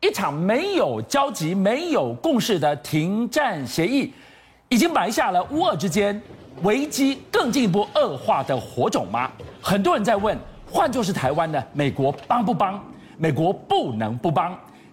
一场没有交集、没有共识的停战协议，已经埋下了乌俄之间危机更进一步恶化的火种吗？很多人在问，换作是台湾呢，美国帮不帮？美国不能不帮。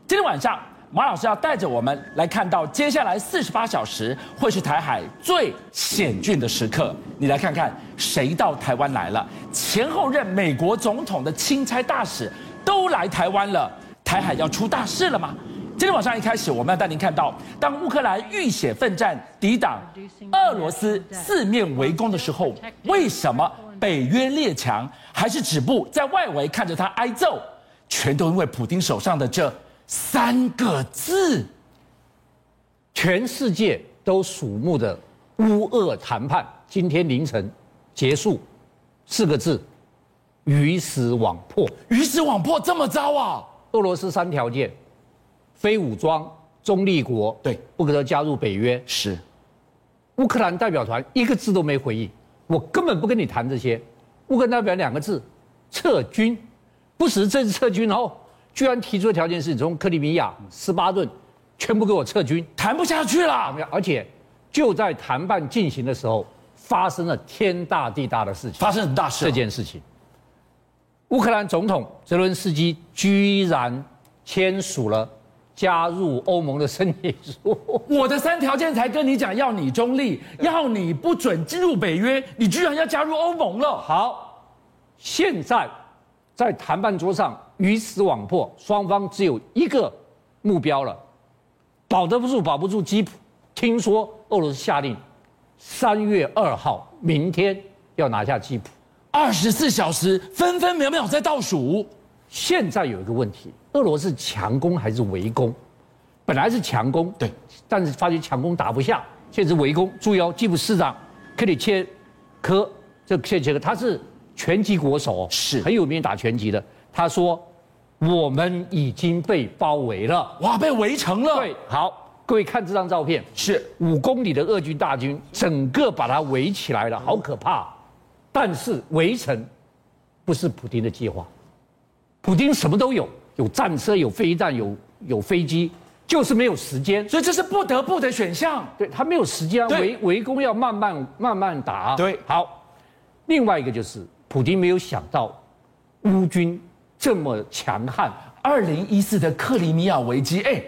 今天晚上，马老师要带着我们来看到接下来四十八小时会是台海最险峻的时刻。你来看看谁到台湾来了？前后任美国总统的钦差大使都来台湾了，台海要出大事了吗？今天晚上一开始，我们要带您看到，当乌克兰浴血奋战抵挡俄罗斯四面围攻的时候，为什么北约列强还是止步在外围看着他挨揍？全都因为普京手上的这三个字。全世界都瞩目的乌俄谈判，今天凌晨结束，四个字：鱼死网破。鱼死网破这么糟啊！俄罗斯三条件：非武装、中立国，对，不可加入北约。是，乌克兰代表团一个字都没回应，我根本不跟你谈这些。乌克兰代表两个字：撤军。不时政治撤军后，居然提出的条件是从克里米亚、斯巴顿全部给我撤军。谈不下去了。而且就在谈判进行的时候，发生了天大地大的事情。发生什么大事啊、这件事情，乌克兰总统泽伦斯基居然签署了加入欧盟的申请书。 我的三条件才跟你讲，要你中立，要你不准进入北约，你居然要加入欧盟了。好，现在在谈判桌上鱼死网破，双方只有一个目标了，保得不住，保不住基辅。听说俄罗斯下令，三月二号，明天要拿下基辅。二十四小时，分分秒秒在倒数。现在有一个问题，俄罗斯强攻还是围攻？本来是强攻，对，但是发觉强攻打不下，现在是围攻。注意哦，基辅市长克里切科，这克里切科他是拳击国手哦，是很有名打拳击的。他说：“我们已经被包围了。哇，被围城”了。对，，好，各位看这张照片，是五公里的俄军大军整个把它围起来了，好可怕！但是围城不是普京的计划，普京什么都有，有战车，有飞弹，有有飞机，就是没有时间。所以这是不得不的选项。对他没有时间啊对围围攻，要慢慢慢慢打。啊对好，另外一个就是普京没有想到乌军这么强悍，二零一四的克里米亚危机，哎，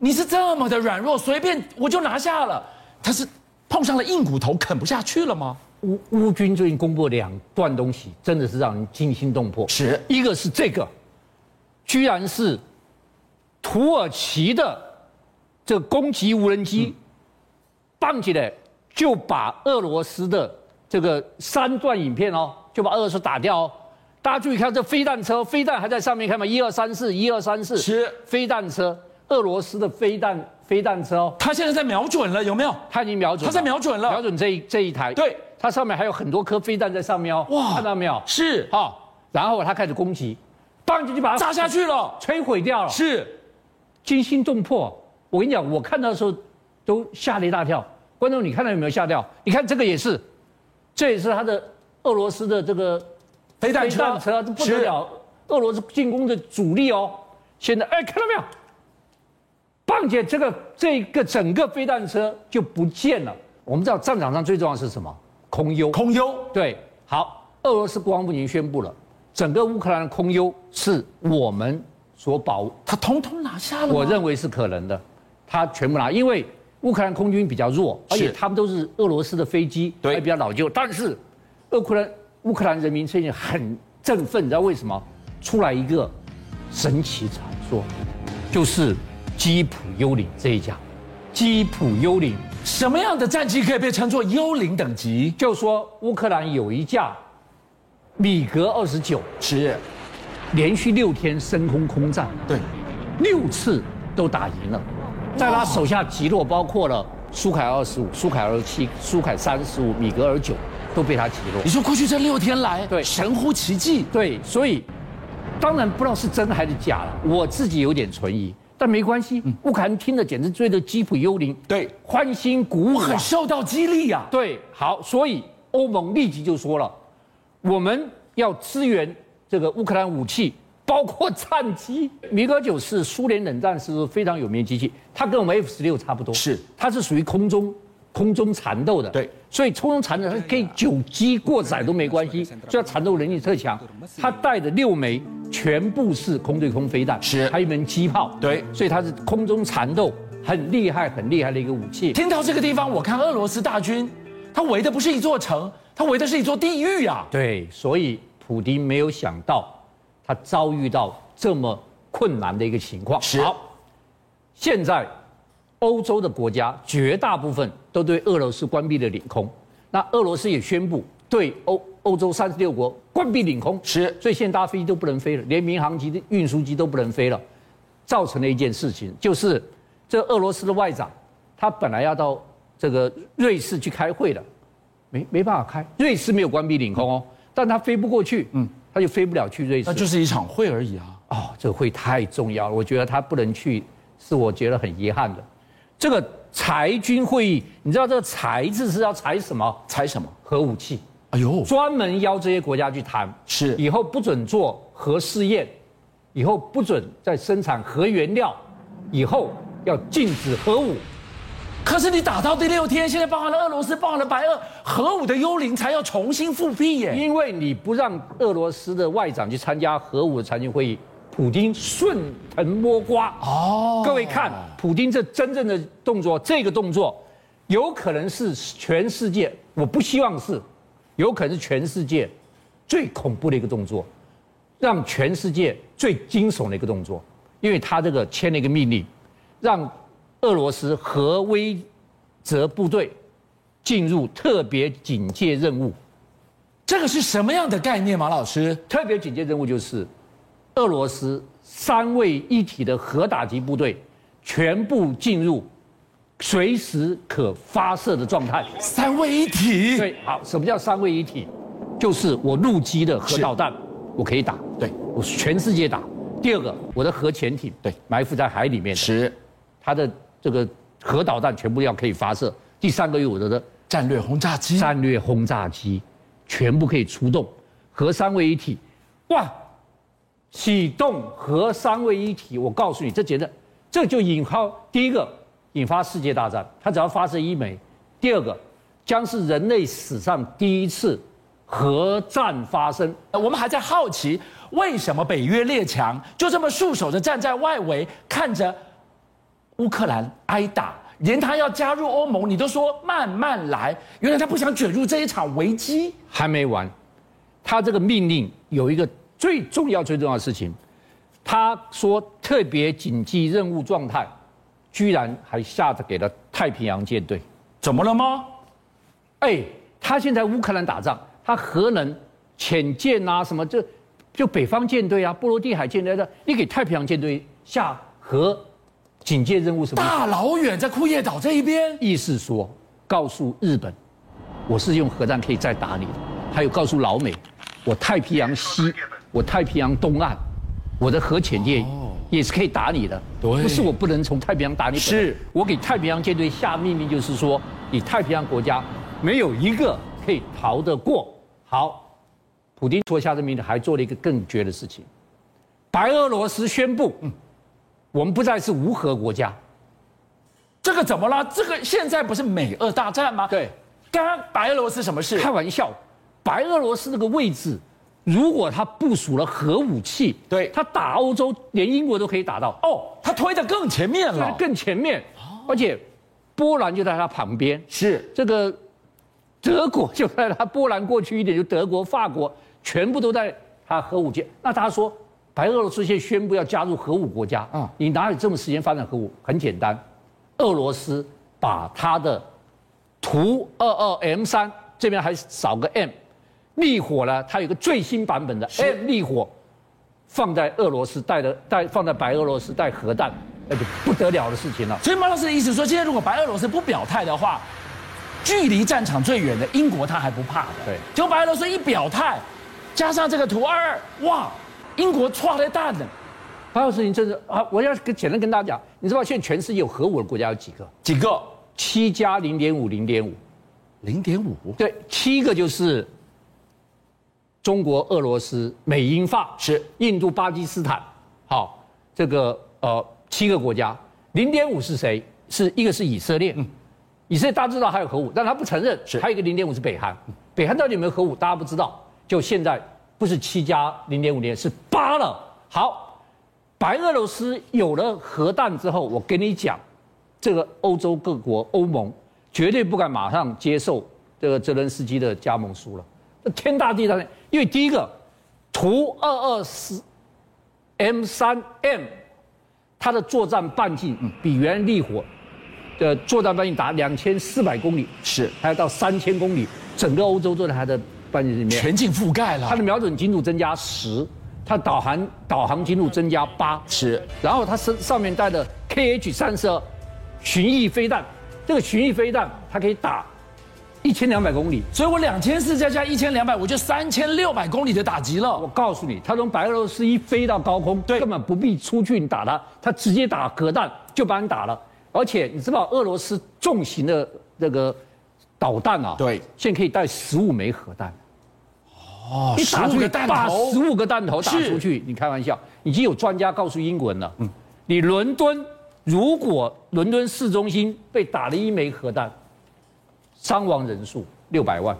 你是这么的软弱，随便我就拿下了。他是碰上了硬骨头，啃不下去了吗？乌乌军最近公布了两段东西，真的是让人惊心动魄。是一个是这个，居然是土耳其的这个攻击无人嗯机，棒起来就把俄罗斯的这个三段影片哦，就把俄罗斯打掉哦。大家注意看，这飞弹车，飞弹还在上面，看到吗？一二三四，一二三四，是飞弹车，俄罗斯的飞弹飞弹车哦，他现在在瞄准了，有没有？他已经瞄准了，他在瞄准了瞄准这一这一台，对，它上面还有很多颗飞弹在上面哦，哇看到没有？是好、然后他开始攻击，棒就就把它炸下去了。摧毁掉了，是惊心动魄。我跟你讲，我看到的时候都吓了一大跳。观众，你看到有没有吓掉？你看这个也是，这也是他的俄罗斯的这个飞飞弹车，弹车，这不得了，俄罗斯进攻的主力哦。现在，哎，看到没有？棒姐，这个这个整个飞弹车就不见了。我们知道战场上最重要的是什么？空优是。空优。对，好，俄罗斯国防部已经宣布了，整个乌克兰的空优是我们所保他通通拿下了吗。我认为是可能的，他全部拿，因为乌克兰空军比较弱，是而且他们都是俄罗斯的飞机，对还比较老旧。但是，乌克兰乌克兰人民最近很振奋，你知道为什么？出来一个神奇传说，就是基普幽灵这一家，基普幽灵什么样的战机可以被称作幽灵等级？就说乌克兰有一架米格二十九，是，连续六天升空空战。对，六次都打赢了，在他手下击落包括了苏凯二十五、苏凯二十七、苏凯三十五、米格二九，都被他击落你。说过去这六天来，对神乎其技。对，所以当然不知道是真还是假了，我自己有点存疑，但没关系。乌克兰听了简直追得鸡普幽灵，嗯对欢欣鼓舞我啊、很受到激励呀、对，好，所以欧盟立即就说了，我们要支援这个乌克兰武器，包括战机。米格九是苏联冷战时非常有名的机器，它跟我们 F 十六差不多，是它是属于空中空中缠斗的，对，所以空中缠斗它可以九机过载都没关系，只要缠斗能力特强。它带的六枚全部是空对空飞弹，是还有一门机炮，对所以它是空中缠斗，很厉害很厉害的一个武器。听到这个地方，我看俄罗斯大军，他围的不是一座城，他围的是一座地狱啊！对，所以普京没有想到，他遭遇到这么困难的一个情况。是好，现在欧洲的国家绝大部分都对俄罗斯关闭了领空，那俄罗斯也宣布对欧欧洲三十六国关闭领空。是所以现在大家飞机都不能飞了，连民航机的运输机都不能飞了，造成了一件事情，就是这俄罗斯的外长，他本来要到这个瑞士去开会的，没没办法开，瑞士没有关闭领空哦，但他飞不过去，嗯，他就飞不了去瑞士那。就是一场会而已啊！哦，这个会太重要了，我觉得他不能去，是我觉得很遗憾的。这个裁军会议，你知道这个裁字是要裁什么？猜什么？核武器。哎呦，专门邀这些国家去谈，是以后不准做核试验，以后不准再生产核原料，以后要禁止核武。可是你打到第六天，现在包含了俄罗斯，包含了白俄，核武的幽灵才要重新复辟耶！因为你不让俄罗斯的外长去参加核武的裁决会议，普京顺藤摸瓜。哦，各位看，普京这真正的动作，这个动作有可能是全世界，我不希望是，有可能是全世界最恐怖的一个动作，让全世界最惊悚的一个动作，因为他这个签了一个命令，让俄罗斯核威则部队进入特别警戒任务。这个是什么样的概念，马老师？特别警戒任务就是，俄罗斯三位一体的核打击部队全部进入随时可发射的状态。三位一体，对，好，什么叫三位一体？就是我陆基的核是导弹，我可以打，对我全世界打。第二个，我的核潜艇，对埋伏在海里面的，十它的这个核导弹全部要可以发射。第三个，有我的战略轰炸机，战略轰炸机全部可以出动，核三位一体，哇！启动核三位一体，我告诉你，这简直，这就引发第一个引发世界大战，它只要发射一枚；第二个，将是人类史上第一次核战发生。呃我们还在好奇，为什么北约列强就这么束手的站在外围，看着乌克兰挨打，连他要加入欧盟，你都说慢慢来。原来他不想卷入这一场危机。还没完，他这个命令有一个最重要、最重要的事情，他说特别紧急任务状态，居然还下着给了太平洋舰队。怎么了吗？哎，他现在乌克兰打仗，他核能、潜舰啊什么，就就北方舰队啊、波罗的海舰队的，你给太平洋舰队下核警戒任务什么意思？大老远在库页岛这一边，意思说，告诉日本，我是用核弹可以再打你的；还有告诉老美，我太平洋西，我太平洋东岸，我的核潜舰也是可以打你的。哦对不是我不能从太平洋打你本来，是我给太平洋舰队下命令，就是说，你太平洋国家没有一个可以逃得过。好，普京说下这命令，还做了一个更绝的事情，白俄罗斯宣布，嗯我们不再是无核国家。这个怎么了？这个现在不是美俄大战吗？对，刚刚白俄罗斯什么事？开玩笑，白俄罗斯那个位置，如果他部署了核武器，对他打欧洲，连英国都可以打到，哦，他推得更前面就是了。更前面，而且波兰就在他旁边，是这个德国就在他波兰过去一点，就德国、法国全部都在他核武界。那他说，白俄罗斯现在宣布要加入核武国家，嗯你哪有这么时间发展核武？很简单，俄罗斯把他的图二二 M 三这边还少个 M，烈火呢，它有个最新版本的 M 烈火，放在俄罗斯带的带放在白俄罗斯带核弹，那就不得了的事情了。所以马老师的意思说，今天如果白俄罗斯不表态的话，距离战场最远的英国他还不怕的。对结果白俄罗斯一表态，加上这个图二，哇，英国错了蛋了。还有事情就是啊，我要跟简单跟大家讲，你知道现在全世界有核武的国家有几个？几个？七加零点五零点五，零点五。对，七个就是中国、俄罗斯、美英法是印度、巴基斯坦，好，这个呃七个国家，零点五是谁？是一个是以色列，以色列大家知道还有核武，但他不承认，是还有一个零嗯点五是北韩，北韩到底有没有核武大家不知道，就现在不是七加零点五年是八了，好。白俄罗斯有了核弹之后，我跟你讲，这个欧洲各国、欧盟绝对不敢马上接受这个泽连斯基的加盟书了。这天大地大，因为第一个，图二二四 M 三 M，它的作战半径嗯比原来力火的作战半径达两千四百公里，是还要到三千公里，整个欧洲都在它的半径里面。全境覆盖它了的，瞄准精度增加十，它导航导航精度增加八，是然后它身上面带的 KH 三十二巡弋飞弹，这个巡弋飞弹它可以打一千两百公里。所以我两千四再加一千两百，我就三千六百公里的打击我了。告诉你，它从白俄罗斯一飞到高空，对根本不必出去你打它，它直接打核弹就把你打了。而且你知道俄罗斯重型的那个导弹啊，对现在可以带十五枚核弹。哦，你十打出五去个弹把头十，五个弹头打是嗯出去，你开玩笑？已经有专家告诉英国人了，你伦敦如果伦敦市中心被打了一枚核弹，伤亡人数六百万，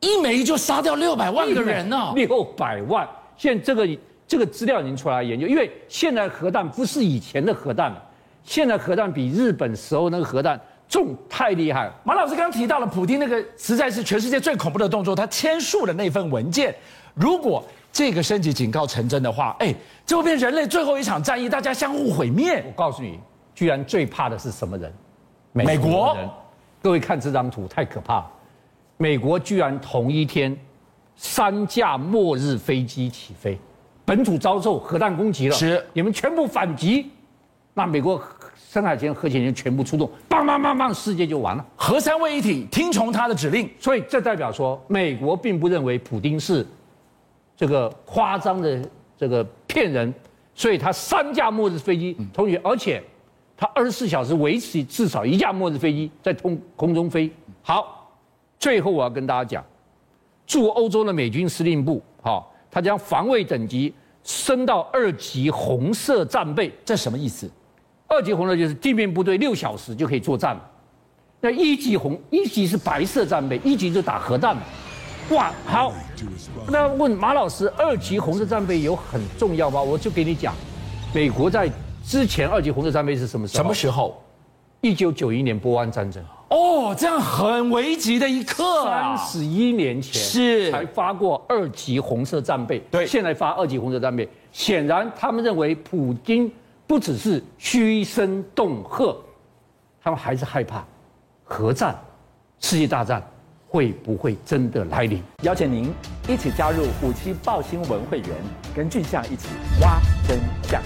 一枚就杀掉六百万个人啊哦呢、六百万。现在这个这个资料已经出来研究，因为现在核弹不是以前的核弹了，现在核弹比日本时候那个核弹重太厉害了。马老师刚刚提到了普丁那个实在是全世界最恐怖的动作，他签署的那份文件，如果这个升级警告成真的话，哎，这会变人类最后一场战役，大家相互毁灭我。告诉你，居然最怕的是什么人？美美国人。各位看这张图，太可怕了。美国居然同一天，三架末日飞机起飞，本土遭受核弹攻击了，是你们全部反击，那美国深海舰、核潜舰全部出动，棒棒棒棒，世界就完了。核三位一体，听从他的指令。所以这代表说，美国并不认为普京是这个夸张的这个骗人，所以他三架末日飞机同时，而且他二十四小时维持至少一架末日飞机在空空中飞。好，最后我要跟大家讲，驻欧洲的美军司令部，哈、他将防卫等级升到二级红色战备。这什么意思？二级红呢就是地面部队六小时就可以作战了，那一级红一级是白色战备，一级就打核弹了。哇，好，那问马老师，二级红色战备有很重要吗？我就给你讲，美国在之前二级红色战备是什么时候？什么时候？一九九一年波湾战争，哦，这样很危急的一刻三啊！十一年前是才发过二级红色战备，对现在发二级红色战备，显然他们认为普京不只是虚声恫吓，他们还是害怕核战、世界大战会不会真的来临。邀请您一起加入五七报新闻会员，跟俊相一起挖真相。